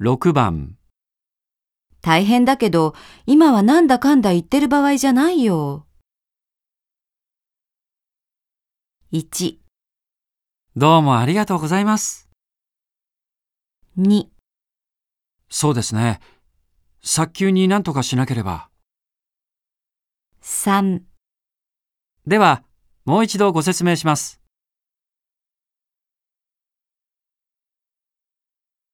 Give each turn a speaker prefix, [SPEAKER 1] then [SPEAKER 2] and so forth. [SPEAKER 1] 6番、
[SPEAKER 2] 大変だけど、今はなんだかんだ言ってる場合じゃないよ。1、
[SPEAKER 1] どうもありがとうございます。
[SPEAKER 2] 2、
[SPEAKER 1] そうですね。早急に何とかしなければ。
[SPEAKER 2] 3。
[SPEAKER 1] では、もう一度ご説明します。